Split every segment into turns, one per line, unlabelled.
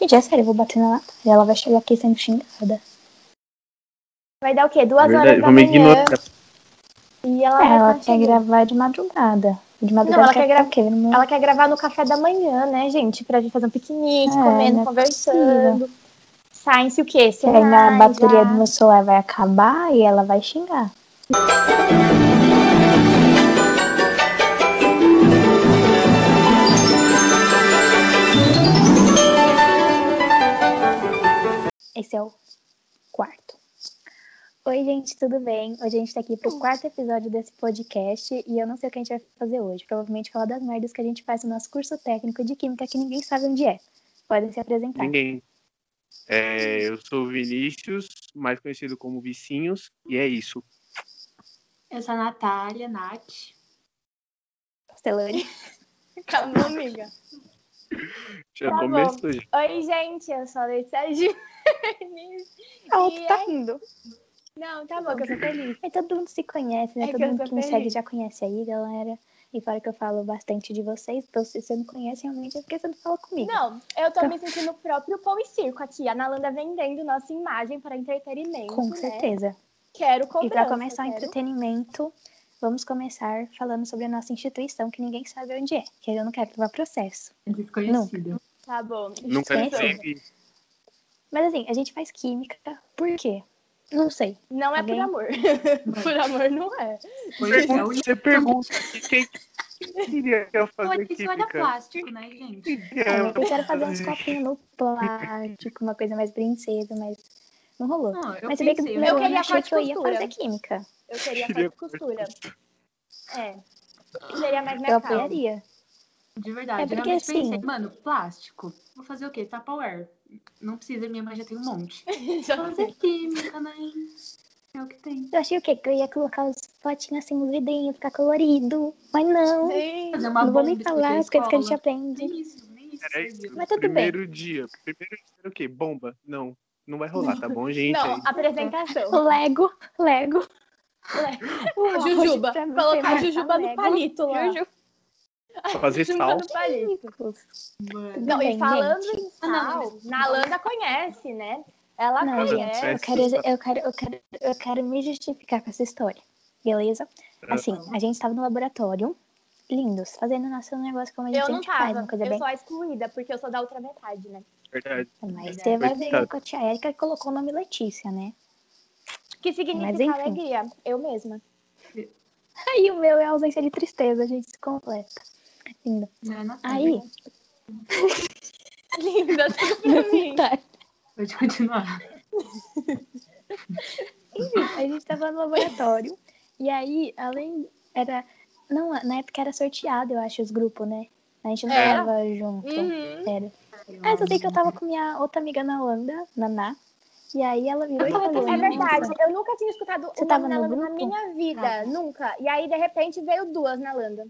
Gente, é sério, eu vou bater na Natália. Ela vai chegar aqui sendo xingada.
Vai dar o quê? Duas
É verdade,
horas da
vamos
manhã.
ignorar.
E ela,
É,
vai
ela quer
continuar.
gravar de madrugada. De madrugada
tá ela quer gravar-
o quê? Não-
Ela quer gravar no café da manhã, né, gente? Pra gente fazer um piquenique,
É,
comendo,
não é
conversando. Science o quê?
Que ainda a
Sinais,
bateria
ah.
do meu celular vai acabar e ela vai xingar. Esse é o quarto. Oi, gente, tudo bem? Hoje a gente tá aqui pro quarto episódio desse podcast e eu não sei o que a gente vai fazer hoje. Provavelmente falar das merdas que a gente faz no nosso curso técnico de Química que ninguém sabe onde é. Podem se apresentar.
Ninguém. É, eu sou o Vinícius, mais conhecido como Vicinhos, e é isso.
Eu sou a Natália, Nath.
Castelani.
Calma, amiga.
Já
Tá bom.
começou, já.
Oi, gente, eu sou a Letícia Gimenez.
Ah,
o
o
que
que
tá
tá rindo.
Não, tá bom, que eu sou feliz.
Mas todo mundo se conhece, né?
É que
todo
eu
mundo
sou
que me
feliz.
segue já conhece aí, galera. E fora que eu falo bastante de vocês, então se você não conhece, realmente é porque você não fala comigo.
Não, eu tô me sentindo o próprio pão e circo aqui. A Nalanda vendendo nossa imagem para entretenimento.
Com
é
né?
certeza.
Quero
E
cobrança.
pra começar então. o
quero.
entretenimento, vamos começar falando sobre a nossa instituição, que ninguém sabe onde é, que eu não quero levar processo.
Desconhecido.
Tá bom.
Nunca
Esquece.
teve.
Mas assim, a gente faz química, por quê? Não sei.
Não é
Alguém?
por amor. por amor não é.
Pois é, o
Pergunta, você pergunta que quem quem queria que eu fazer
isso é da
química.
plástico, né, gente?
É, eu quero fazer uns copinhos no plástico, uma coisa mais princesa, mas não rolou.
Não, eu
mas se bem que no
pensei,
primeiro
eu
ano
queria
eu achei que eu ia
corte-costura.
fazer química.
Eu queria fazer
Queria
costura. É. Seria mais
Né,
Eu
minha cara.
apoiaria.
de verdade,
É porque,
eu realmente pensei,
assim-
mano, plástico, vou fazer o quê? Tupperware. Não precisa, minha mãe já tem um monte.
Já
Vou fazer química, né? É o que tem.
Eu achei o quê? Que eu ia colocar os potinhos assim no vidrinho, ficar colorido. Mas não.
sei.
Fazer uma
não vou
bomba,
nem falar
explodir
as coisas que a gente
escola.
aprende.
Nem isso, nem isso.
Era isso.
Mas tudo
Primeiro dia. Primeiro dia era o quê? Bomba? Não. Não vai rolar, tá bom, gente?
Não, apresentação.
Lego, Lego.
Jujuba.
Pra você
Colocar
montar
Jujuba no
Lego.
palito lá.
Jujuba.
É Fazer
Jujuba
sal.
no palito.
Mano,
Tudo
Não,
bem,
e falando em
Ah, não,
sal,
mas-
Nalanda conhece, né? Ela
Não,
Mas eu
conhece.
sei.
Eu quero, eu, quero, eu, quero, eu quero me justificar com essa história, beleza? Assim, a gente estava no laboratório, lindos, fazendo nosso negócio como a gente
Eu não
sempre faz,
tava.
uma coisa
eu
bem.
sou a excluída, porque eu sou da outra metade, né?
Verdade.
Mas
Verdade.
você vai ver
Coitado.
com a tia Erika que colocou o nome Letícia, né?
Que significa
Mas enfim.
alegria. Eu mesma.
Aí o meu é a ausência de tristeza, a gente se completa. Lindo.
não é Natália.
Aí,
Linda, tudo pra mim.
tá,
Pode continuar.
Enfim, a gente tava no laboratório. E aí, além. Era. Não, na época era sorteado, eu acho, os grupos, né? A gente não
Era?
tava junto.
É. Uhum.
Era. Ah, eu só sei que eu tava com minha outra amiga na Holanda, Naná. E aí ela virou e
tava
falou.
com-
É
Oi,
verdade, eu nunca tinha escutado
Você
uma
tava Tá. no
Nalanda na
grupo?
minha vida,
Tava.
nunca. E aí, de repente, veio duas Nalanda.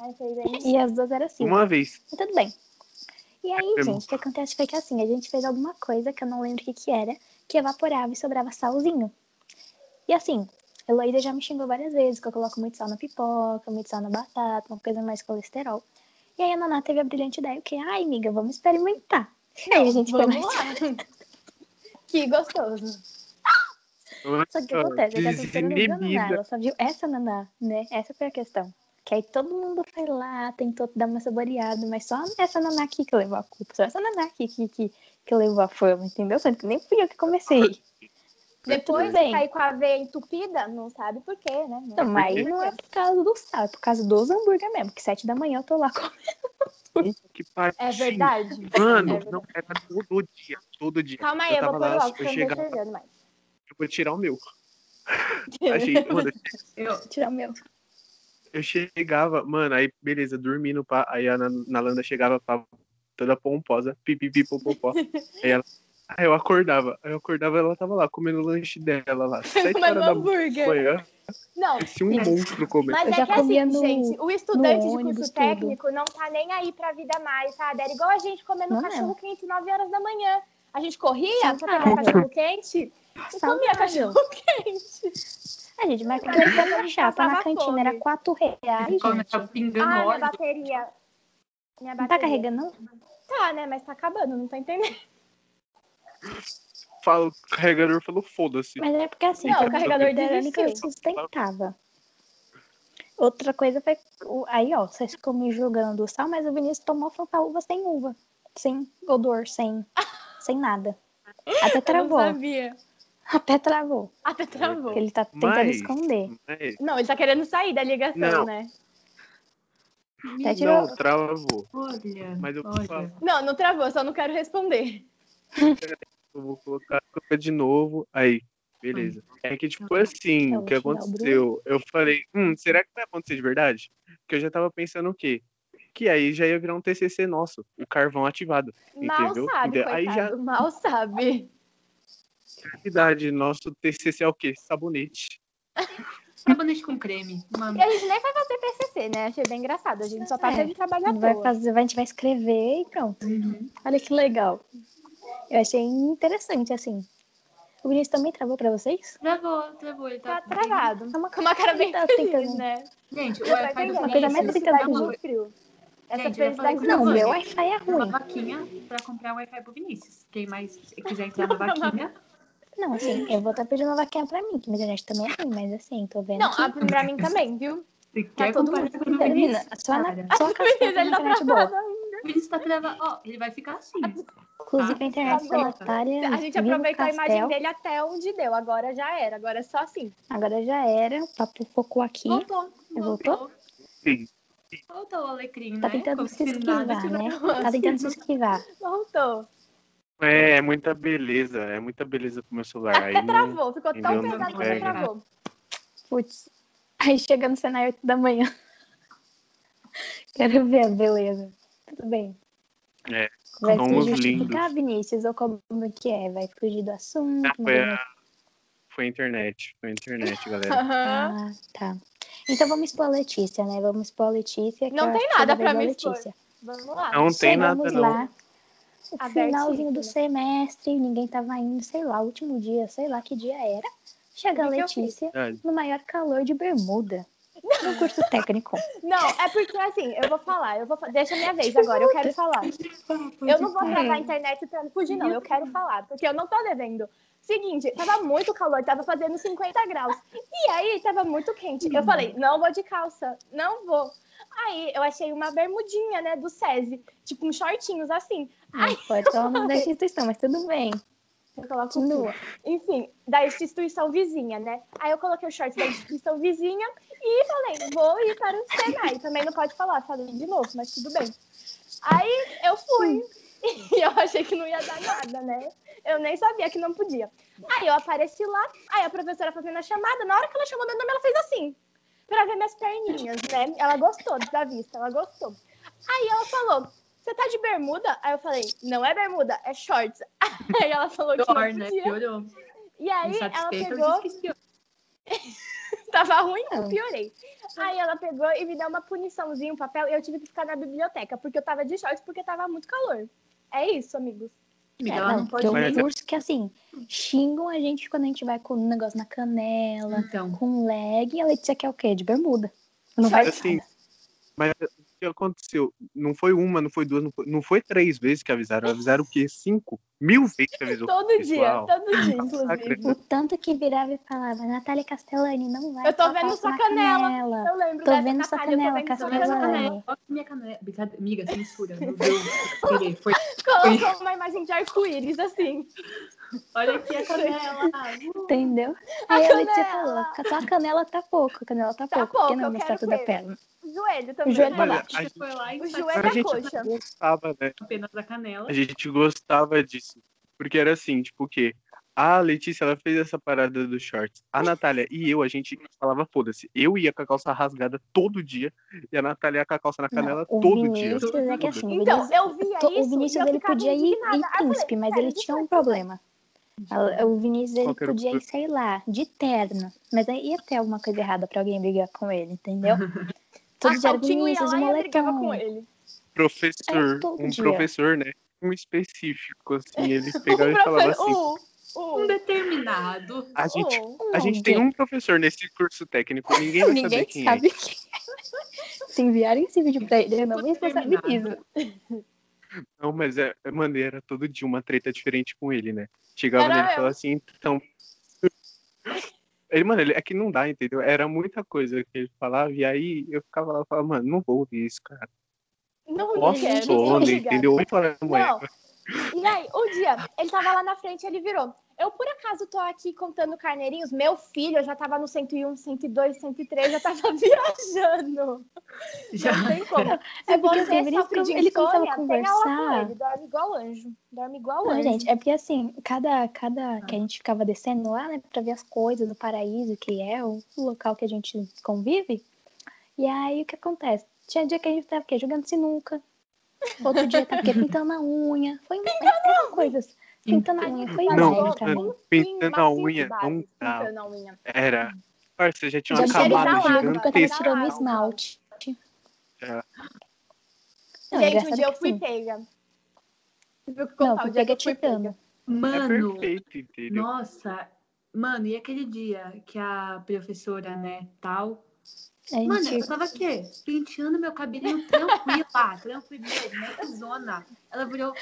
Aí vocês veem.
E as duas eram assim.
Uma vez.
Mas tudo bem. E aí,
É.
gente, o que acontece foi que assim, a gente fez alguma coisa que eu não lembro o que, que era, que evaporava e sobrava salzinho. E assim, a Heloísa já me xingou várias vezes, que eu coloco muito sal na pipoca, muito sal na batata, uma coisa mais colesterol. E aí a Naná teve a brilhante ideia, o que? Ai, amiga, vamos experimentar. E aí a gente foi
Vamos
mais...
lá. Que gostoso.
Só que o que acontece? Eu já tô esperando a Naná,
Desinibida.
ela só viu essa Naná, né? Essa foi a questão. Que aí todo mundo foi lá, tentou dar uma saboreada, mas só essa Naná aqui que levou a culpa, só essa Naná aqui que, que, que levou a fama, entendeu? Sendo que nem fui eu que comecei.
Depois
Tudo bem.
sair com a veia entupida, não sabe por quê, né?
Então, mas não é por causa do sal, é por causa dos hambúrguer mesmo, que sete da manhã eu tô lá comendo.
Puta que pariu.
É verdade.
Mano,
É verdade.
não, era todo dia. Todo dia.
Calma aí, eu,
tava
vou pôr
lá,
o óculos, que eu
eu
não tô
chegava,
enxergando mais.
eu vou tirar o meu. Achei, mano,
Eu,
Tirar o meu.
eu chegava, mano, aí beleza, dormindo, pá, aí a Nan- Nalanda chegava pá, toda pomposa, pipipi, popopó. aí ela, aí eu acordava, aí eu acordava, ela tava lá comendo o lanche dela lá, sete
Mas
horas
no
da
hambúrguer.
manhã,
Não,
se um monstro comer.
mas
Eu
é
já
que assim,
comia no-
gente, o estudante
no
de
ônibus,
curso
tudo.
técnico não tá nem aí pra vida mais, sabe? Era igual a gente comendo
Não é?
cachorro
mesmo.
quente 9 horas da manhã. A gente corria
Saudável.
pra pegar cachorro quente e comia cachorro quente.
A gente, mas com uma chapa na
Passava
cantina, era
fome.
quatro reais,
Como
gente.
tá pingando
Ah, minha
óleo.
bateria. Minha
Não
bateria.
tá carregando, não?
Tá, né? Mas tá acabando, não tô entendendo.
Fala, o carregador falou, foda-se.
Mas é porque assim,
Não,
foi
o carregador
muito
dela
dinâmico, eu
existiu.
sustentava. Outra coisa foi. o- Aí, ó, vocês ficam me julgando o sal, mas o Vinícius tomou fanfarruva sem uva. Sem odor, sem, sem nada. Até travou.
Eu não sabia.
Até travou.
Até travou.
Porque ele tá tentando
Mas-
esconder.
Mas-
Não, ele tá querendo sair da ligação,
Não.
né?
Até tirou.
Não, travou.
Olha.
Mas eu vou
olha.
falar.
Não, não travou, só não quero responder.
Eu vou colocar a câmera de novo. Aí, beleza.
Ah.
É que, tipo,
Eu
assim, o
vou tirar é
que
né, o Bruno.
aconteceu? Eu falei, hum, será que vai acontecer de verdade? Porque eu já tava pensando o quê? Que aí já ia virar um TCC nosso, o carvão ativado.
Mal
Entendeu?
sabe,
Entendeu? Aí já-
coitado. Mal sabe.
Na Verdade, nosso TCC é o quê? Sabonete.
Sabonete com creme. Uma...
E a gente nem vai fazer PCC, né? Achei bem engraçado. A gente só tá
É.
tendo trabalho à
Vai
toa.
fazer, a gente vai escrever e pronto.
Uhum.
Olha que legal. Eu achei interessante, assim. O Vinícius também travou pra vocês?
Travou, travou. Ele tá,
Tá travado.
É uma
Com uma cara bem
Tá
feliz,
tentando.
né?
Gente, o
Mas
Wi-Fi
assim,
do
é
Uma coisa mais
né?
Fluminense
triste
dá
do
uma
mundo.
frio. Essa
Gente, eu ia falar
felicidade
com
não
Não,
Travou.
meu Wi-Fi é
uma
ruim.
vaquinha pra comprar o Wi-Fi pro Vinícius. Quem mais quiser entrar na vaquinha.
Não, assim, eu vou estar pedindo uma vaquinha pra mim, que minha internet também é ruim, mas assim, tô vendo.
Não,
que-
a, pra mim também, viu?
Se
Tá
quer
todo
comparar
mundo
com o
Menina,
Vinícius.
só na
cara.
só com as
Ele
pessoas
tá
na internet boa.
travado.
O Vinícius tá travado. Ó, ele vai ficar assim.
Inclusive a internet tá da
Ah, tá bom.
Natália.
A gente
Vivo
aproveitou a imagem
Castel.
dele até onde deu. Agora já era. Agora é só assim.
Agora já era. O papo focou aqui.
Voltou.
Voltou?
Sim.
Voltou o alecrim,
Tá
né?
tentando
Como
se
nada
esquivar,
tivesse-
né? Tá tentando se esquivar.
Voltou.
É, é muita beleza. É muita beleza pro meu celular. Aí
Até
não...
travou. Ficou tão
Entendeu? Não
pesado que até
pega.
travou.
Putz. Aí chega no cenário 8 da manhã. Quero ver a beleza. Tudo bem.
É,
Vai
nomes
se justificar,
lindos.
Vinícius, ou como que é? Vai fugir do assunto.
Ah,
não
foi,
vai-
a... foi a internet. Foi a internet, galera.
Aham.
Ah, tá. Então vamos expor a Letícia, né? Vamos expor a Letícia. que
Não
eu
tem
acho que
nada
é da
pra
vez
me
da
expor.
Letícia.
Vamos lá.
Não tem
Chegamos
nada, não.
lá. O
Abertíssimo.
finalzinho do semestre, ninguém tava indo, sei lá, o último dia, sei lá que dia era. Chega a
O que que eu fiz?
Letícia
Verdade.
no maior calor de bermuda. No curso técnico.
Não, é porque assim, eu vou falar, eu vou fa- deixa a minha vez agora, eu quero falar. Uhum. Eu não vou travar a internet pra fugir, não. Eu quero falar, porque eu não tô devendo. Seguinte, tava muito calor, tava fazendo 50 graus. E aí, tava muito quente. Eu falei, não vou de calça, não vou. Aí, eu achei uma bermudinha, né, do SESI. Tipo, uns shortinhos, assim.
Não pode falar o nome da instituição, mas tudo bem.
Eu coloco
Continua.
enfim, da instituição vizinha, né? Aí eu coloquei o short da instituição vizinha e falei, vou ir para o Senai. Também não pode falar, falei de novo, mas tudo bem. Aí eu fui e eu achei que não ia dar nada, né? Eu nem sabia que não podia. Aí eu apareci lá, aí a professora fazendo a chamada, na hora que ela chamou meu nome, ela fez assim, pra ver minhas perninhas, né? Ela gostou da vista, ela gostou. Aí ela falou, você tá de bermuda? Aí eu falei, não é bermuda, é shorts. Aí ela falou que não
Pior, né?
podia.
Piorou.
E aí ela
Insatisfeita, eu
pegou,
disse que piorou.
tava ruim,
Não.
piorei. Aí ela pegou e me deu uma puniçãozinha, um papel, e eu tive que ficar na biblioteca, porque eu tava de shorts, porque tava muito calor. É isso, amigos.
Amiga,
É,
ela não
porque
pode
é um
nem.
curso que, assim, xingam a gente quando a gente vai com um negócio na canela,
Hum.
Então,
com leg, e a Letícia quer o quê? De bermuda. Não vai
Assim,
assim.
Mas o que aconteceu? Não foi uma, não foi duas, não foi, não foi três vezes que avisaram. Avisaram o quê? Cinco? Mil vezes que avisou.
Todo
pessoal.
dia, todo dia,
Sacra.
inclusive.
O tanto que virava e falava, Natália Castellani, não vai.
Eu tô
com a
vendo
calça
sua
na
canela.
canela.
Eu lembro
Tô
dessa
vendo sua
Natália,
canela,
tô
só
vendo
minha
sua
Castanela.
canela.
canela. Ó, minha canela. Brincadeira, Amiga, censura. Meu Deus. Tirei, Foi.
Colocou uma imagem de arco-íris, assim.
Olha aqui a canela.
Entendeu?
A
Aí a Letícia
canela.
falou, só a canela tá pouco, a canela tá,
Tá
pouco,
pouco,
porque não
eu
mostrar
quero
toda a
ver.
perna.
Joelho também.
Joelho
né?
pra
lá.
A gente foi lá e
O
sacou
joelho
Mas
da
a
tá
gente
coxa.
gostava, né?
apenas a canela.
A gente gostava disso. Porque era assim, tipo, o quê? A Letícia, ela fez essa parada dos shorts. A Natália e eu, a gente falava, foda-se. Eu ia com a calça rasgada todo dia. E a Natália ia com a calça na canela
Não,
todo
o
dia.
Vinícius é que assim, o
Então,
Vinícius,
eu via
to-
isso.
o
e eu
Vinícius ele
ficava
podia ir
indignada.
em
Aí eu falei,
príncipe, mas
"Pera,
ele
isso
tinha
é
um problema. A- O Vinícius ele
Qual que era o
podia ir, sei lá, de terno. Mas aí ia ter alguma coisa errada pra alguém brigar com ele, entendeu?
A
Todo dia era
Saltinho ia
Vinícius, o
um lá e eu brigava com
moletom.
ele.
Professor,
É, todo
um
dia.
professor, né? Um específico, assim. Ele
O
pegava e falava assim...
professor, o, o,
Um determinado.
A gente
o-
A gente tem um professor nesse curso técnico, ninguém vai saber
Ninguém
quem é.
sabe quem é. Se enviarem esse vídeo pra ele, eu não me
Determinado.
responsabilizo.
Não, mas é, é maneira, todo dia uma treta diferente com ele, né? Chegava
Era
nele e
eu.
falava assim, então. Ele, mano, ele, é que não dá, entendeu? Era muita coisa que ele falava, e aí eu ficava lá e falava, mano, não vou ouvir isso, cara.
Não
Posso
liga, não
sono,
liga.
entendeu? é. Oito horas da manhã.
Não. E aí, um dia, ele tava lá na frente, ele virou. Eu, por acaso, tô aqui contando carneirinhos. Meu filho, eu já tava no 101, 102, 103, já tava viajando.
Já.
Não tem como. Se
É porque
você
assim,
sofre de
ele começava
insônia,
a
pega aula com
conversar.
Ele dorme igual anjo. Dorme igual
Não,
anjo.
gente, é porque assim, cada,
Ah.
cada que a gente ficava descendo lá, né, pra ver as coisas do paraíso, que é o local que a gente convive. E aí o que acontece? Tinha dia que a gente tava o quê? Jogando sinuca. Outro dia tava o quê? Pintando a unha. Foi uma essas coisas. Pintando a unha foi
Não, é,
inveja pra
mano,
mim.
pintando a
massivo
unha,
base,
não dá.
Pintando a unha.
Era. Parça, já tinha
Já
uma
tirei
acabado
da
camada
água,
lágrima, porque eu tava
gigantesca.
tirando
Calma.
esmalte.
Já.
Não,
É. gente, um
engraçado
dia eu
que
fui
assim,
pega. Você viu que
Não,
contar,
fui
o dia que
pega
eu fui
titando.
pega.
É
Mano,
perfeito, entendeu?
nossa. Mano, e aquele dia que a professora, né, tal.
a
Mano,
gente
eu tava o quê? Penteando meu ah, cabelinho tranquila, tranquila, muito zona. Ela virou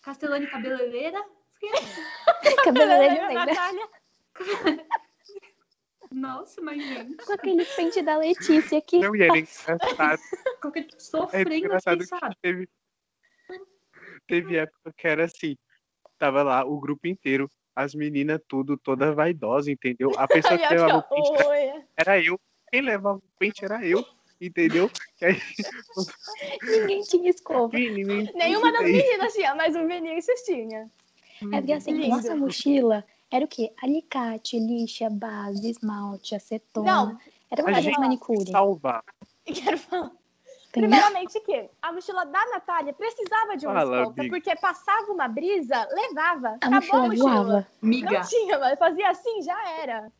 Castelane cabeleireira. Fiquei,
cabeleireiro negra.
Natália,
Nossa, mas gente,
Com aquele pente da Letícia aqui.
Não, e era engraçado.
qualquer
É
sofrendo,
engraçado
assim,
que
sabe?
teve, teve época que era assim, tava lá o grupo inteiro, as meninas tudo, toda vaidosa, entendeu? A pessoa que levava o pente
que Oi.
era eu, quem levava o pente era eu, entendeu? E aí,
Ninguém tinha escova.
menino,
Nenhuma das
aí,
meninas tinha, mas um menino tinha.
Hum,
É porque assim,
Lindo.
nossa mochila era o quê? Alicate, lixa, base, esmalte, acetona.
Não,
era uma
a
loja de
gente
manicure.
salvar.
quero falar.
entendeu?
Primeiramente que a mochila da Natália precisava de uma
Fala,
escolta,
amiga.
porque passava uma brisa, levava,
A
acabou
mochila
a mochila.
voava.
Miga,
Não tinha, mas fazia assim, já era.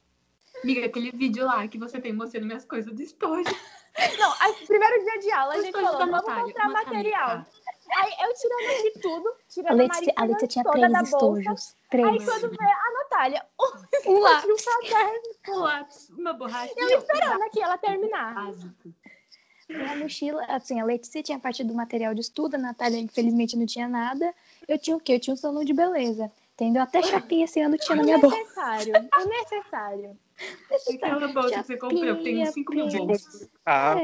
miga, aquele vídeo lá que você tem mostrando minhas coisas do estojo.
Não, aí, primeiro dia de aula, a
As
gente
coisas
falou,
da
vamos
Natália,
comprar
uma
material.
caneta.
Aí eu tirando aqui tudo,
A
tirando a,
Letícia, a
Maricona
Letícia tinha
toda
três
da bolsa.
estojos. Três.
Aí quando vê a Natália,
um
eu
lá.
tinha um caderno
Um lápis, uma borracha.
Eu
e
esperando aqui ela terminar.
Básico.
A mochila, assim, a Letícia tinha parte do material de estudo, a Natália, infelizmente, não tinha nada. Eu tinha o quê? Eu tinha um salão de beleza. Entendeu? Até chapinha esse ano tinha na minha bolsa.
Necessário, é necessário.
Aquela bolsa que você comprou, que tem
Chapinha,
5 mil
pinha.
bolsas.
Ah,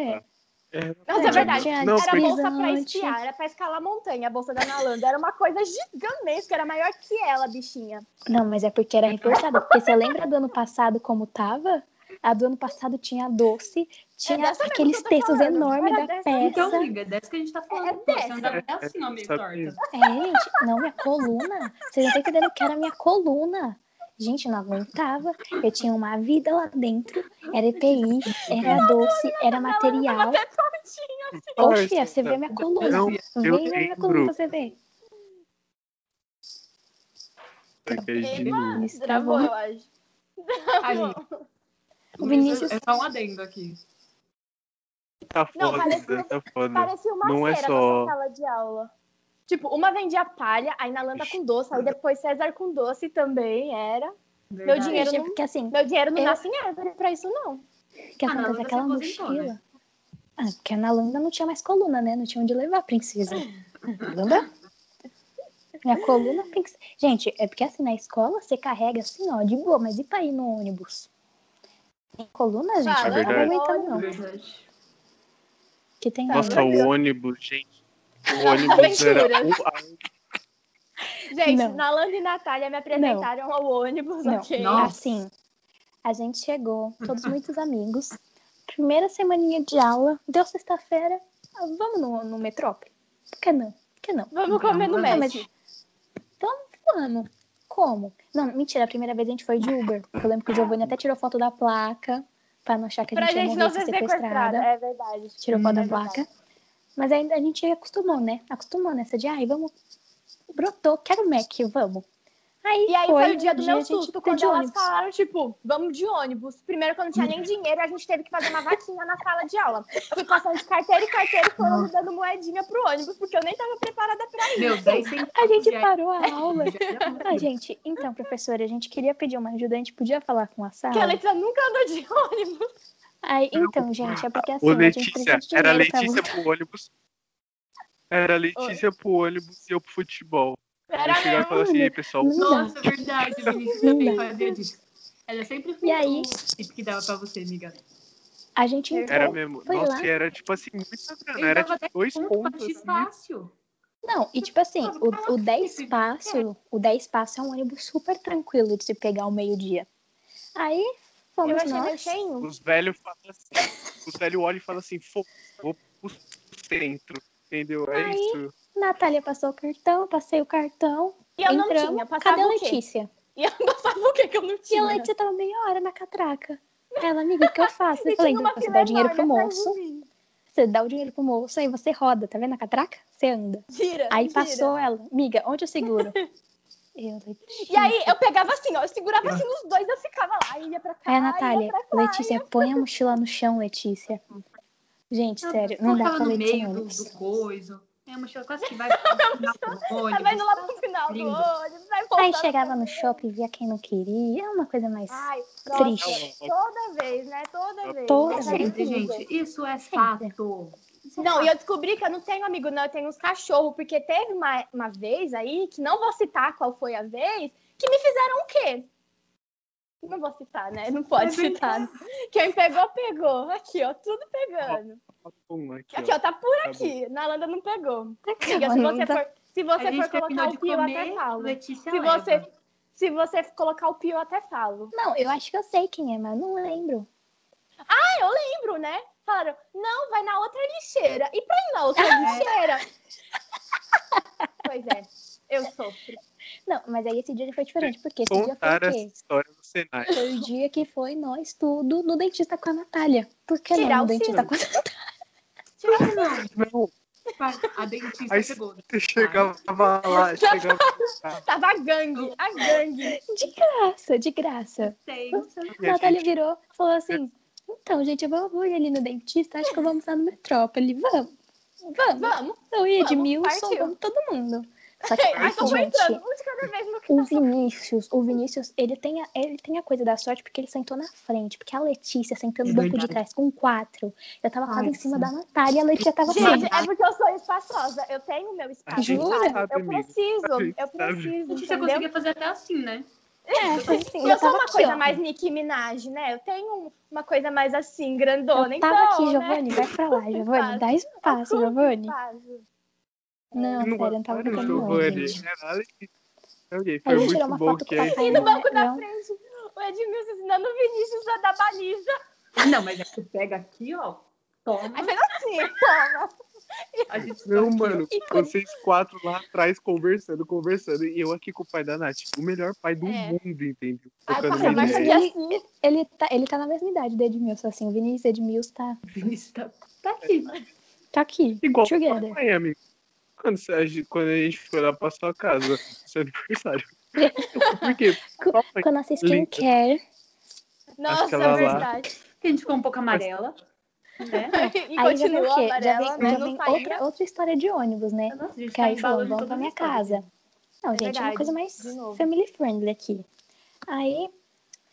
É.
Nossa,
Não,
é verdade.
tinha
não,
era
porque-
bolsa pra
deslizante.
esquiar, era pra escalar montanha, a bolsa da Nalanda. Era uma coisa gigantesca, era maior que ela, bichinha.
Não, mas é porque era reforçada. Porque você lembra do ano passado como tava? A do ano passado tinha a doce, tinha
dessa mesmo
aqueles
que eu tô
textos
falando.
enormes
Era
da
dessa.
peça.
Então, amiga, é dessa que a gente tá falando.
É
pô, Você
dessa.
anda até assim, ó, meio
Sabe
torta.
isso?
É, gente, não, minha coluna. Vocês não têm que ideia do que era a minha coluna. Gente, eu não aguentava. Eu tinha uma vida lá dentro. Era EPI, era doce, era material.
Até tontinha.
Oxe, filha, você vê
Parça,
minha coluna.
Não, eu
Vem ver minha coluna
lembro.
pra você ver.
acredito.
Ema,
Isso, tá
Travou,
bom.
eu acho.
Ai, gente,
O Vinícius-
É só um adendo aqui.
Tá
Não,
foda,
parecia-
tá foda.
Parecia uma
Não é
feira
só-
nossa sala de aula. Tipo, uma vendia palha, aí Nalanda com doce, aí depois César com doce também era.
Verdade.
dinheiro
Gente, é
não-
porque assim,
Meu dinheiro não
Eu-
nasce em árvore pra isso, não.
o que
Ah, não,
acontece?
você
Aquela
aposentou, né?
mochila. Ah, porque na Landa não tinha mais coluna, né? Não tinha onde levar a princesa. Landa? Minha coluna princesa. Gente, é porque assim, na escola você carrega assim, ó, de boa, mas e pra ir no ônibus? Tem coluna, gente? eu
Ah,
não tava
É verdade.
aguentando, não.
Verdade.
Que tem
Nossa, o ônibus, gente. O ônibus
Aventura.
era um o-
Gente,
Não.
Nalanda e Natália me apresentaram ao ônibus,
Não.
ok?
Nossa.
Assim, a gente chegou, todos muitos amigos. Primeira semaninha de aula, deu sexta-feira. ah, Vamos no, no Metrópole? Por que não? Por que não?
Vamos comer no
Não,
Ah,
Mac.
mas- Vamos. Como? Não, mentira, a primeira vez a gente foi de Uber. Eu lembro que o Giovanni até tirou foto da placa pra não achar que a
Pra
gente,
gente
ia
não
morrer
ser
sequestrada.
sequestrada. É verdade.
Tirou foto
É
da
verdade.
placa. Mas ainda a gente acostumou, né? Acostumou nessa de, ai, vamos. Brotou, quero Mac, vamos. Aí, um
E aí foi, o dia do meu
a gente
susto,
ficou
quando
de
elas
ônibus. Hum.
falaram, tipo, vamos de ônibus. Primeiro, quando não tinha nem dinheiro, a gente teve que fazer uma vaquinha na sala de aula. Fui passando de carteira e carteira e foram me dando moedinha pro ônibus, porque eu nem tava preparada pra isso.
Meu, 10 centavos.
A gente
já-
parou a aula.
já era muito.
Ah, gente, então, professora, a gente queria pedir uma ajuda, a gente podia falar com a sala?
Porque a Letícia nunca andou de ônibus.
Aí, então, gente, é porque assim,
o
a gente
Letícia.
precisa de
Era
dinheiro pra
Letícia pro ônibus. Era Letícia pro ônibus e eu pro futebol.
Era
Aí eu chegava e falava assim, ei, pessoal,
Não dá.
Nossa, verdade, Vinícius
Não
também
dá.
fazia disso. Ela é sempre
E
foi
aí?
o tip que dava pra você, amiga.
A gente entrou.
era mesmo.
Foi
Nossa,
lá.
e era tipo assim, muita grana.
Ele
Era
dava
tipo dois
um
Ponto pra
pontos.
ti
assim.
Um fácil.
Não, e tipo assim, o, o 10 passo, o 10 passo é um ônibus super tranquilo de se pegar ao meio-dia. Aí
Eu
fomos
achei meio
nós.
cheinho.
Os velhos falam assim. Os velhos olham e falam assim, "Fô, vou pro centro. Entendeu? É
Aí.
isso.
Natália passou o cartão, passei o cartão.
E eu
entramos.
não tinha. Passava
Cadê a
o quê?
Letícia?
E eu passava o quê que eu não
E
tinha?
a Letícia tava meia hora na catraca. Ela, amiga, o que eu faço?
E
Eu falei,
tinha uma
você
fila
dá o dinheiro pro
enorme atrás de
moço,
mim.
você dá o dinheiro pro moço, aí você roda, tá vendo a catraca? Você anda.
Gira,
Aí
gira.
passou ela, amiga, onde eu seguro? Eu, Letícia.
E aí eu pegava assim, ó, eu segurava assim nos dois, eu ficava lá, ia pra cá.
Aí a
ia
É, Natália,
pra cá.
Letícia, põe a mochila no chão, Letícia. Gente, sério, não dá
Colocava
pra
no
Letícia
meio
não.
do,
Letícia.
do coiso. É a mochila quase que vai pro final do
Tá vendo
ônibus.
lá pro final do
Lindo.
ônibus, vai
Aí
voltando.
chegava no shopping, via quem não queria, é uma coisa mais...
Ai, nossa,
Tá
Triste.
toda vez, né? Toda vez.
Toda
Nossa,
vez.
é
Sempre,
incrível.
gente, isso é fato. Isso é
Não,
fato.
e eu descobri que eu não tenho amigo, não, eu tenho uns cachorros, porque teve uma, uma vez aí, que não vou citar qual foi a vez, que me fizeram o quê? Não vou citar, né? Não pode
É
citar. né? Quem pegou, pegou. Aqui, ó, tudo pegando.
Pum, aqui, ó.
Aqui, ó, tá por
Tá
aqui. Na Landa não pegou. Amiga,
Amiga,
se você for, se você
a gente
for
terminou
colocar o
de
pio, eu até
comer,
falo.
Letícia
Se
leva.
você, se você colocar o pio, eu até falo.
Não, eu acho que eu sei quem é, mas não lembro.
Lembro, né? Falaram, não, vai na outra lixeira. E pra ir na outra lixeira? pois é, eu sofro.
Não, mas aí esse dia já foi diferente, porque esse dia foi o
Contar essa
quê?
história no Senai.
Foi o dia que foi nós tudo no dentista com a Natália. Por que não
Tirar o
no dentista com a
Por que não?
Não,
A dentista
Aí-
pegou.
você chegava lá, chegava lá.
Tava a Tá, gangue, a gangue.
De graça, de graça.
Sei, não sei.
E
a
a
Natália
gente-
virou falou assim: Então, gente, eu vou vou ir ali no dentista, acho que eu vou almoçar no Metrópole. Vamos, vamos.
Vamos.
Eu ia de
vamos,
Milson,
partiu.
vamos todo mundo. Só que,
Ai, tô
gente,
aguentando. Um de cada vez no que
o Vinícius, o Vinícius, ele tem, a, ele tem a coisa da sorte porque ele sentou na frente, porque a Letícia sentou no
É
banco de
verdade.
trás com quatro. Eu tava quase
Ai,
em cima
sim.
da Natália e a Letícia tava
Gente,
assim.
é porque eu sou espaçosa. Eu tenho meu espaço.
gente
sabe?
sabe,
eu
amiga. A
preciso,
gente
eu
sabe.
preciso.
Letícia
Entendeu?
conseguia fazer até assim, né?
É, foi assim,
E eu sou
tava
uma
aqui,
coisa
ó.
mais Nicki Minaj, né? Eu tenho um- uma coisa mais assim,
Eu
grandona.
tava
então,
aqui,
né?
Giovanni, vai pra lá, Giovanni, dá espaço,
Ocupa
Giovanni.
espaço.
Não, sério, eu não tava
era o
brincando não,
Giovanni,
gente.
era ali. Eu olhei,
A
É Foi
gente tirou
muito
uma
bom
foto
que
com o
aí.
papai
E no banco da
Noel.
frente, o Edmilson ensinando o Vinícius a dar baliza.
Não, mas é que pega aqui, ó. Toma.
Aí fez assim, toma.
A gente tá
Não,
aqui,
mano,
E quando-
vocês quatro lá atrás conversando, conversando, e eu aqui com o pai da Nath, o melhor pai do
É.
mundo, entendeu?
Aí
Tocando
passa
uma
mais aqui
ideia.
assim.
Ele tá, ele tá na mesma idade do Edmilson, assim. O Vinícius Edmilson tá,
ó. Vinícius tá, tá aqui.
tá aqui.
Igual
Together.
Miami. Quando, você- a gente- quando a gente foi lá pra sua casa, seu aniversário. Por quê? Só foi-
Com a nossa skincare.
Nossa,
Aquela lá.
é verdade.
Que a gente ficou um pouco amarela. Né?
E
Aí já vem
continua
o quê? Já
amarela,
vem,
né?
já
Não
vem
saía.
outra, outra história de ônibus, né?
Nossa, a gente tá
Que aí
embalando
falou, vamos
de todas
pra
as
minha
histórias.
casa. Não, gente, é uma
verdade,
coisa mais
de novo.
family friendly aqui. Aí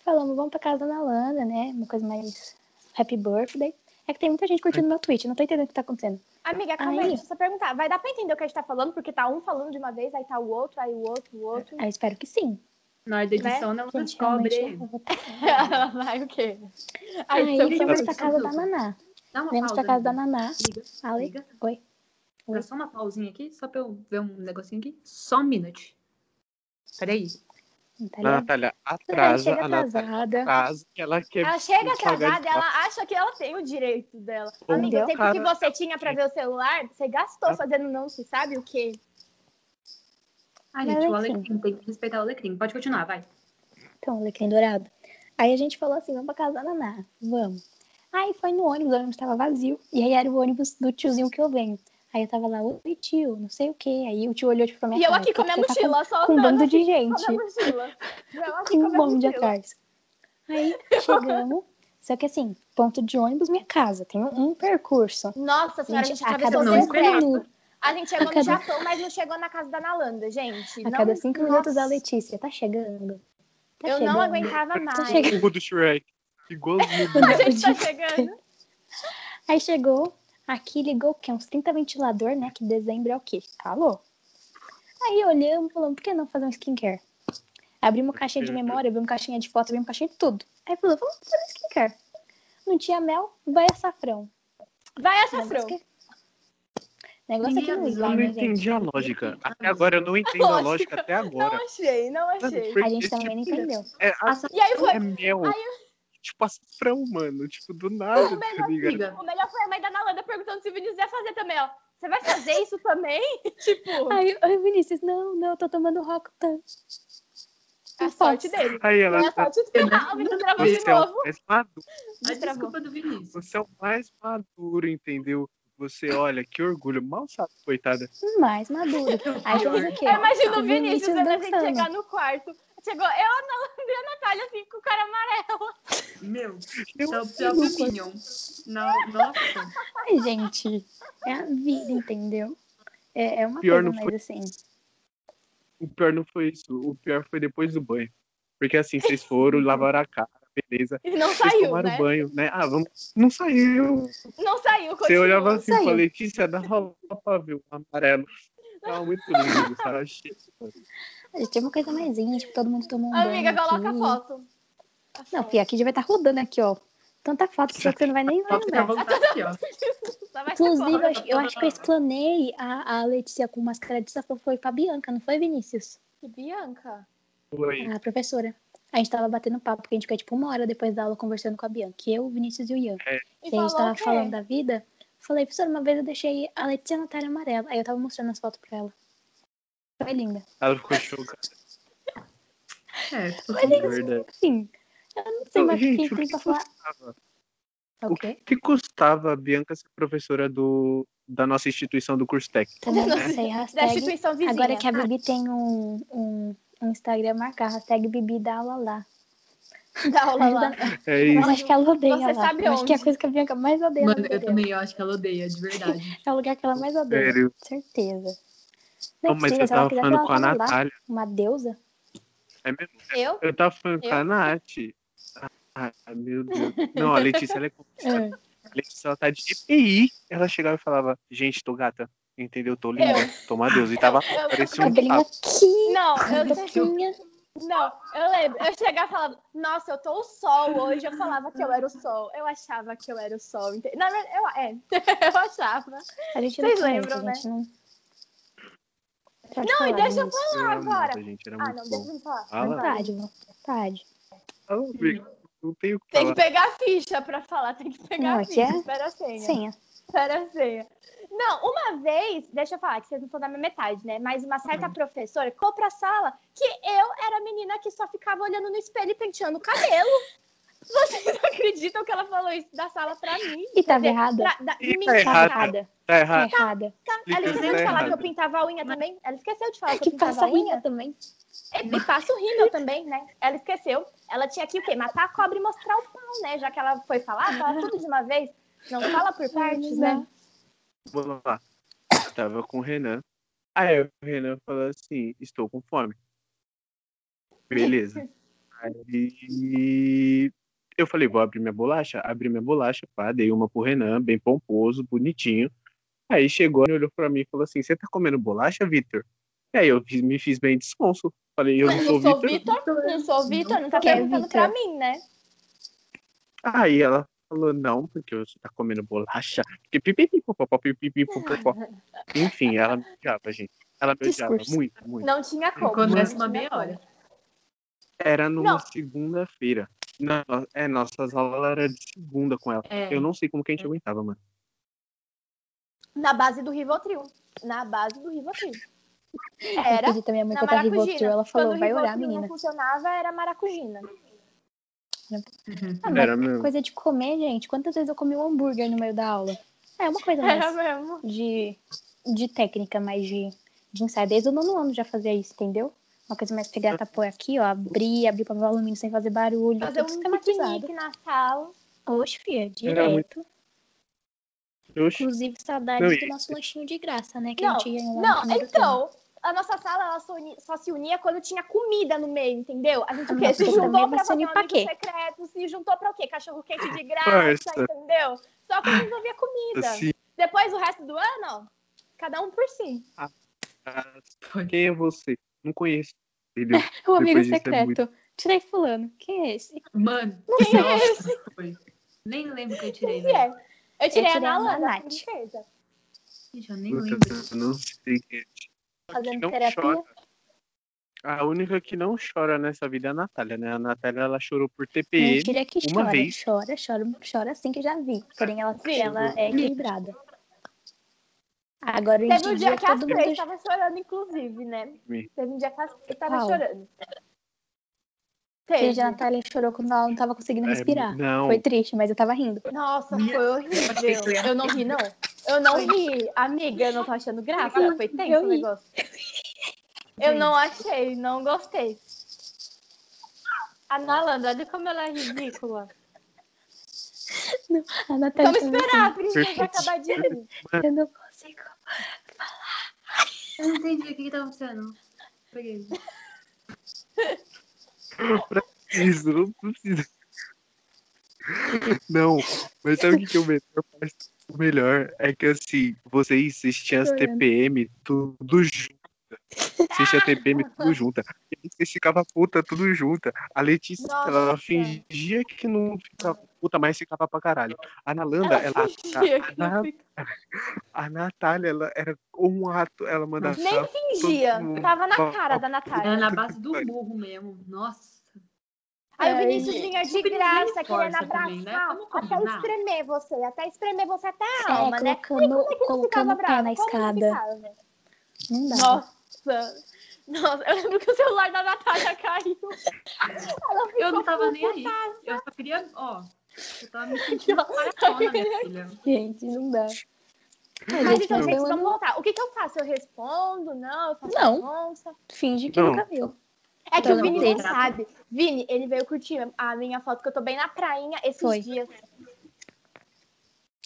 falamos, vamos pra casa da Ana Lana, né? Uma coisa mais happy birthday. É que tem muita gente curtindo meu tweet, não tô entendendo o que tá acontecendo.
Amiga, calma
Aí.
aí, deixa eu só perguntar. Vai dar pra entender o que a gente tá falando? Porque tá um falando de uma vez, aí tá o outro, aí o outro, o outro.
Aí Ah, eu espero que sim.
Na hora da edição, ela
Gente,
descobre.
realmente, eu vou-
Ela vai o quê? Aí,
Aí tá
então,
fomos
vamos-
pra casa da Naná.
Dá uma
Viemos
pausa.
pra casa da
amiga.
né?
Naná.
Liga,
Ale,
liga.
oi.
Dá só uma pausinha aqui, só pra eu ver um negocinho aqui. Só um minute. Peraí.
A
Natália.
Natália
Ela tá
atrasa,
chega
a tá Natália
atrasada.
atrasa, que ela quer
Ela chega
pagar
atrasada,
de
ela acha que ela tem o direito dela.
Pô,
Amiga, o
deu
tempo
cara.
que você tinha pra ver o celular, você gastou
Ah.
fazendo não se sabe o quê.
Ai,
Mas
gente, o
enfim.
Alecrim tem que respeitar o Alecrim. Pode continuar, vai.
Então, alecrim dourado. Aí a gente falou assim, vamos pra casa da Naná, vamos. Aí foi no ônibus, o ônibus tava vazio. E aí era o ônibus do tiozinho que eu venho. Aí eu tava lá, oi tio, não sei o quê. Aí o tio olhou tipo, pra minha
E eu
cara,
aqui com a minha
"Você tá
mochila, só
com, com um
andando
bando de
assim, com a
gente.
minha mochila. Eu aqui
Com
é com a
um
minha
bonde
mochila.
atrás. Aí chegamos. Só que assim, ponto de ônibus, minha casa. Tem um, um percurso.
Nossa senhora, a gente
Gente, a
atravessou
cada
o
não
cinco
deserto.
minutos,
A gente chegou
A
no
cada-
Japão, mas não chegou na casa da Nalanda, gente.
a
Não-
cada cinco minutos a
Nossa,
Letícia tá chegando. Tá
Eu
chegando.
não aguentava mais.
chegando.
tá
burro do Shrek. Igualzinho.
A gente tá chegando.
Aí chegou, Aqui ligou porque é uns 30 ventilador, né? Que dezembro é o quê? Calor. Aí olhamos, falamos, por que não fazer um skincare? Abrimos caixinha de memória, abrimos caixinha de foto, abrimos caixinha de tudo. Aí falou, vamos fazer um skincare. Não tinha mel, vai açafrão.
Vai,
Negócio
açafrão.
que... Negócio que não
Menino,
Eu
vai,
não
né, gente?
entendi a lógica. Até agora, eu não entendo a lógica até
Não
agora.
achei, não achei.
A gente também não entendeu.
É, a-
Açafrão
E aí foi.
é mel.
Aí
Tipo, açafrão, mano. Tipo, do
o
nada, tá
melhor,
ligado?
liga.
o melhor foi a mãe da Nalanda perguntando se o Vinícius ia fazer também, ó. Você vai fazer isso também? tipo,
Aí, aí o Vinícius, não, não, eu tô tomando tá? Rocutan.
a sorte dele. Foi
Aí ela tá,
a
tá
sorte dele. Ah, o Vinícius travou de
Você é o
novo.
mais maduro.
A
Destravou.
desculpa do Vinícius.
Você é o mais maduro, entendeu? Você olha, que orgulho. Mal sabe, coitada.
Hum, Mais maduro. Aí eu fiz o quê?
Eu imagino
Com
o Vinícius, né, a gente
dançando.
chegar no quarto. Chegou eu, a Nalanda e a Natália, assim, com o cara amarelo.
Meu,
Eu
seu próprio Minion. Não, nossa.
Ai, gente, é a vida, entendeu? É, é uma
Pior
coisa,
não
mas
foi.
assim...
O pior não foi isso. O pior foi depois do banho. Porque assim, vocês foram, lavaram a cara, beleza.
E não
Vocês
saiu,
tomaram
né?
banho, né? Ah, vamos. Não saiu.
Não saiu,
Você
continua.
olhava assim e
Saiu.
falei, Letícia, dá rola pra ver o amarelo. Tava muito lindo, sabe? Achei-
A gente teve uma coisa mais íntima, todo mundo tomou um
Amiga,
banho
coloca a
aqui.
foto.
Não, Fia, aqui já vai estar rodando aqui, ó. Tanta foto que você não
tá
vai nem
Só fica à
lembrar.
vontade aqui, ó.
Só vai ser
Inclusive, eu
foto.
acho, eu acho que eu explanei a, a Letícia com máscara de sapão foi pra Bianca, não foi, Vinícius?
Bianca.
Foi.
A professora. A gente tava batendo papo, porque a gente ficou tipo uma hora depois da aula conversando com a Bianca. Eu, o Vinícius e o Ian.
E
e a
falou
gente tava
o quê?
falando da vida. Falei, professora, uma vez eu deixei a Letícia na tela amarela. Aí eu tava mostrando as fotos pra ela. Foi linda.
Ela ficou chocada.
É,
de verdade.
Assim, eu não sei
Não,
mais o que
gente, o
tem
que
pra falar. É
custava?
O
O
quê?
que custava a Bianca ser professora do, da nossa instituição do curso técnico?
Também não
Da
sei,
Da
Tá hashtag
instituição vizinha.
Agora que é a Bibi tem um, um, um Instagram marcar, hashtag Bibi da aula lá.
Da aula lá.
Ajuda-
É
Eu
isso.
acho que ela odeia lá.
Você sabe
Eu Acho que é a
onde.
coisa que a Bianca mais odeia. na
Mano,
vida
eu
dela.
também eu acho que ela odeia, de verdade.
É o lugar que ela mais odeia.
Sério.
Certeza. Não é
Não, mas
possível,
eu
se ela
tava
quiser
falando
ela
com a
tava lá,
Natália.
Uma deusa?
É mesmo?
Eu?
Eu tava falando com
Eu?
a Nath. Ah, meu Deus. Não, a Letícia, ela é complicada.
É.
A Letícia, ela tá de EPI. Ela chegava e falava, gente, tô gata. Entendeu? Tô linda. Toma Deus. E tava,
Eu-
parecia um
Cabelinho
sapo.
aqui.
Não, eu deixei.
Boquinha.
Não, eu lembro. Eu chegava e falava, nossa, eu tô o sol hoje. Eu falava que eu era o sol. Eu achava que eu era o sol. ente- Na verdade, eu, é, eu achava.
A gente
Vocês
não
lembram, né?
comenta, a gente não... Pode
Não,
falar,
e deixa eu
Vinícius.
Eu amo
agora.
ela, gente, era
Ah,
muito
não,
bom.
deixa eu falar.
Fala.
Vontade, Lu, vontade.
Fala, Bianca. Não tenho o que
Tem
falar.
que pegar a ficha pra falar, tem que pegar
Não,
a
aqui
ficha.
é-
Espera a senha.
Senha.
Espera a senha. Não, uma vez, deixa eu falar, que vocês não estão da minha metade, né? Mas uma
Uhum.
certa professora ficou pra sala que eu era a menina que só ficava olhando no espelho e penteando o cabelo. Vocês não acreditam que ela falou isso da sala pra mim?
E tava
Quer dizer,
errada?
pra- da-
E
mim,
tá
Tava
errada.
errada.
Tá
Tá
errado.
errada.
Ela
Explica
esqueceu
se
de
tá
falar que eu
errado.
pintava a unha também? Ela esqueceu de falar que eu
Que
pintava
passa
a
a
unha?
unha também.
E, e É, passa o rímel também, né? Ela esqueceu. Ela tinha que o quê? Matar a cobra e mostrar o pau, né? Já que ela foi falar, fala tudo de uma vez. Não fala por partes, né?
Vamos lá. Eu tava com o Renan. Aí o Renan falou assim: estou com fome. Beleza. Aí eu falei: vou abrir minha bolacha. Abri minha bolacha, pá, dei uma pro Renan, bem pomposo, bonitinho. Aí chegou, ele olhou pra mim e falou assim: você tá comendo bolacha, Vitor? E aí eu fiz- me fiz bem desconso. Falei: eu não
Não
sou
sou
Vitor.
Vitor, não sou Vitor, não tá
Quem é
perguntando
Vitor?
pra mim, né?
Aí ela falou, não, porque você tá comendo bolacha. Porque pipipipopopó, pipipipopopó. Enfim, ela me odiava, gente. Ela me odiava
Discurso.
muito, muito.
Não tinha como.
é
Acontece
não é
uma
tinha
meia
como.
hora.
Era numa
Não.
segunda-feira. Não, é, nossas aulas eram de segunda com ela.
É.
Eu não sei como que a gente aguentava, mano.
Na base do Rivotril. Na base do Rivotril.
Eu
Era
pedi também é a mãe
na
comprar Rivotril.
maracujina.
Ela falou,
Quando o
vai orar,
Rivotril
menina.
não funcionava, era maracujina.
Uhum,
Ah, mas
Era mesmo.
coisa de comer, gente. Quantas vezes eu comi um hambúrguer no meio da aula? É uma coisa
Era
mais
mesmo.
de, de técnica, mais de, de ensaio. Desde o nono ano já fazia isso, entendeu? Uma coisa mais pegar, tapar aqui, ó. Abrir, abrir pra ver o alumínio sem fazer barulho.
Fazer
tudo
um
sistematizado.
piquenique na sala.
Oxe, fia,
Era muito-
direto.
Oxi.
Inclusive,
Não,
saudades
e-
do nosso lanchinho de graça, né? Que
Não,
a gente ia lá no
Não,
primeiro tempo.
então, a nossa sala ela só, uni- só se unia quando tinha comida no meio, entendeu? A gente o quê?
Nossa,
Se
também
juntou
você
pra fazer
nem
um
pra
amigo
quê?
secreto, se juntou pra o quê? Cachorro quente de graça,
Parça.
entendeu? Só quando envolvia comida.
Assim,
Depois, o resto do ano, cada um por si.
Ah, Quem é você? Não conheço. Entendeu?
O amigo
Depois disso é
secreto. Tirei fulano. Quem é esse?
Mano,
Quem é
nossa, foi. Nem lembro o que eu tirei,
E é.
velho.
Eu
Eu tirei,
tirei
a
a
Nalana,
Nath.
princesa.
Gente, eu nem lembro.
Puta, eu não sei quem é.
Fazendo
não
terapia.
chora. A única que não chora nessa vida é a Natália, né? A Natália, ela chorou por TPM.
Mentira que
uma
chora.
vez.
Chora, chora, chora assim que já vi. Porém, ela,
Sim.
ela é equilibrada. Agora em
Teve um
dia
dia que as
todo
três
mundo
estavam chorando, inclusive, né?
Me.
Teve um dia que as três estavam
Qual?
chorando.
Seja, a
Teve.
Natália chorou quando ela não tava conseguindo
É,
respirar.
não.
Foi triste, mas eu tava rindo.
Nossa,
Minha-
foi
achei que eu
horrível.
ia-
Eu não ri, não. Eu não ri. Amiga, eu não tô achando graça.
Eu-
Foi
eu
tenso
ri.
o negócio. Eu
Gente.
não achei, não gostei. A Nalanda, olha como ela é ridícula.
A Natália
Vamos
falou
esperar, a princesa vai
Perfeito.
acabar de rir.
assim, eu não consigo.
Eu não entendi o que que tava acontecendo. Peguei.
Não preciso, não preciso. Não, mas sabe o que, que é o melhor? parte? O melhor é que assim, vocês assistiam as
Chorando.
TPM tudo junto. Assistia a TPM tudo junta. E aí vocês ficavam puta tudo junta. A Letícia,
Nossa.
ela fingia que não ficava puta, mas ficava pra caralho. A Nalanda, ela.
fingia que
a-
não fica-
A Natália, ela era um ato, ela mandava.
Nem fingia.
mundo
Tava na
fala-
cara da
Era
Natália.
na base do murro mesmo. Nossa.
Aí o
Ai,
Vinícius vinha de
ninguém
graça, querendo
força também, né?
abraçar,
Vamos
até
combinar.
espremer você, até espremer você até a
É,
alma, né?
colocando,
Ele
colocando
ficava
o pé
bravo.
na
Como ele
escada.
ficava? né?
Não dá.
Tá. Nossa. Nossa, eu lembro que o celular da Natália caiu. Ela ficou
Eu não tava nem aí.
puta.
Eu só queria, ó. Eu tava me sentindo maratona, minha
Tá
filha.
Gente, não dá. A
Mas
gente
então,
não
gente,
deu
vamos
ano-
voltar. O que, que eu faço? Eu respondo? Não, eu faço
Não.
bagunça?
finge que
Não.
nunca viu.
É que
Então,
o
não
Vini
tem.
não sabe. Vini, ele veio curtir a minha foto, que eu tô bem na prainha esses
Foi.
dias.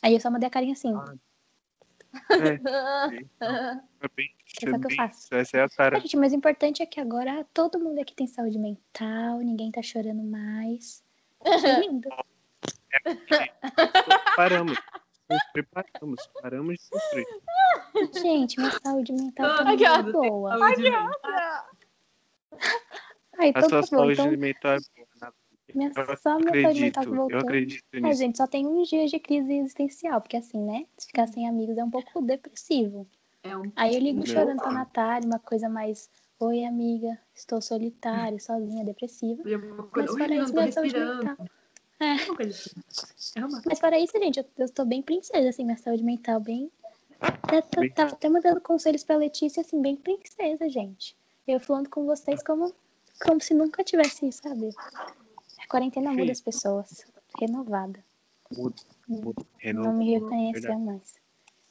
Aí eu só mandei a carinha assim.
Ah, É, é bem,
Que é o que eu
bem-
faço.
Essa é a cara.
Mas, gente, mas o importante é que agora todo mundo aqui tem saúde mental, ninguém tá chorando mais. Que lindo.
Paramos. Nos preparamos. Paramos de construir.
Gente, minha saúde mental tá
Todo
muito
mundo tem
boa.
saúde mental.
Ai,
A
então
sua
tá bom.
saúde
Então,
alimentar é boa. Nath.
minha,
Eu
só a minha saúde mental que
acredito. Eu
voltou.
acredito
A
nisso.
gente só tem uns dias de crise existencial, porque assim, né? Se ficar sem amigos é um pouco depressivo.
É um
Aí eu ligo
Meu.
chorando pra Natália, uma coisa mais. Oi, amiga, estou
Hum.
solitária, sozinha, depressiva.
é uma
Mas
coisa
fora
horrível, eu
isso,
não tô
minha saúde
respirando.
mental.
É uma coisa assim. É uma
Mas fora isso, gente, eu, eu tô bem princesa, assim, minha saúde mental bem. tá, Eu tô-
Bem.
Tava até mandando conselhos pra Letícia, assim, bem princesa, gente. Eu falando com vocês como, como se nunca tivesse, sabe? A quarentena muda as pessoas. Renovada.
Muda, muda,
Não
renova.
me reconheceu mais.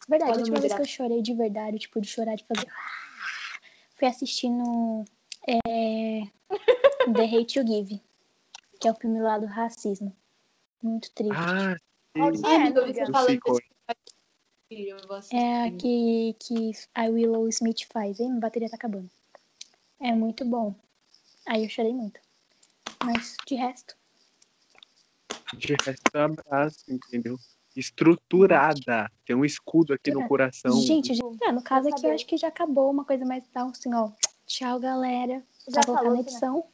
Verdade, a
Pode
última vez
mudar.
que eu chorei de verdade, tipo, de chorar, de fazer. Foi assistindo. É... The Hate You Give, que é o filme lá do racismo. Muito triste.
Ah,
Óbvio.
sim.
É,
amiga, eu assim.
amiga.
vi você
Eu
falando
sei qual é.
que eu vou assistir.
É a que, que a Willow Smith faz, hein? Minha bateria tá acabando. É muito bom. Aí eu chorei muito. Mas de resto,
De resto, é abraço, entendeu? Estruturada. Tem um escudo aqui no
Estruturada.
coração.
gente,
então
já- ah, no caso
quer
aqui eu
saber.
acho que já acabou uma coisa mais tal, assim, ó. Tchau, galera.
Já
Já colocar
falou,
na
né?
edição.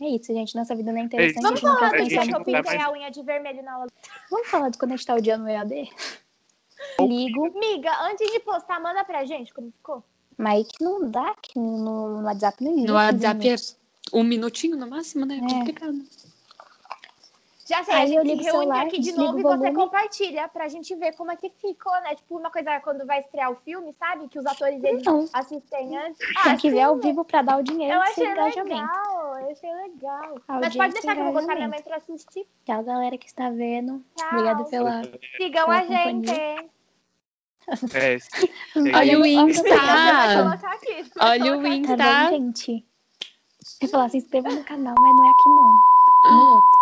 É isso, gente. Nossa vida não é interessante.
Vamos
a gente não
Falar
quer
A
do
pensar
dia
gente
que
em
eu
não tá
coisa.
pintei
mais-
a unha de vermelho na aula.
Vamos falar de quando a gente tá odiando o EAD? Ligo,
Amiga, antes de postar, manda pra gente como ficou.
mas que não dá que no, no WhatsApp não existe.
No WhatsApp é um minutinho no máximo, né? É
É.
complicado.
Já sei,
Aí
a gente
eu ligo o
reúne
celular,
aqui de
desligo
novo
o
e você
volume.
compartilha pra gente ver como é que ficou, né? Tipo, uma coisa quando vai estrear o filme, sabe? Que os atores eles
Não,
assistem antes. Ah,
tem que ver ao
sim,
vivo pra dar o dinheiro
é Eu
e sem
achei
engajamento.
legal, eu achei legal. Mas
Audiência
pode deixar que eu vou botar minha
engajamento.
mãe pra assistir.
Tchau, galera que está vendo.
Tchau.
Obrigada pela.
Sigam
pela
a gente.
É,
Olha o
Vai
Insta.
colocar aqui. vai
Olha o
colocar aqui.
Tá
Insta.
bom, gente? Eu ia falar, se inscreva no canal, mas não é aqui não. No outro.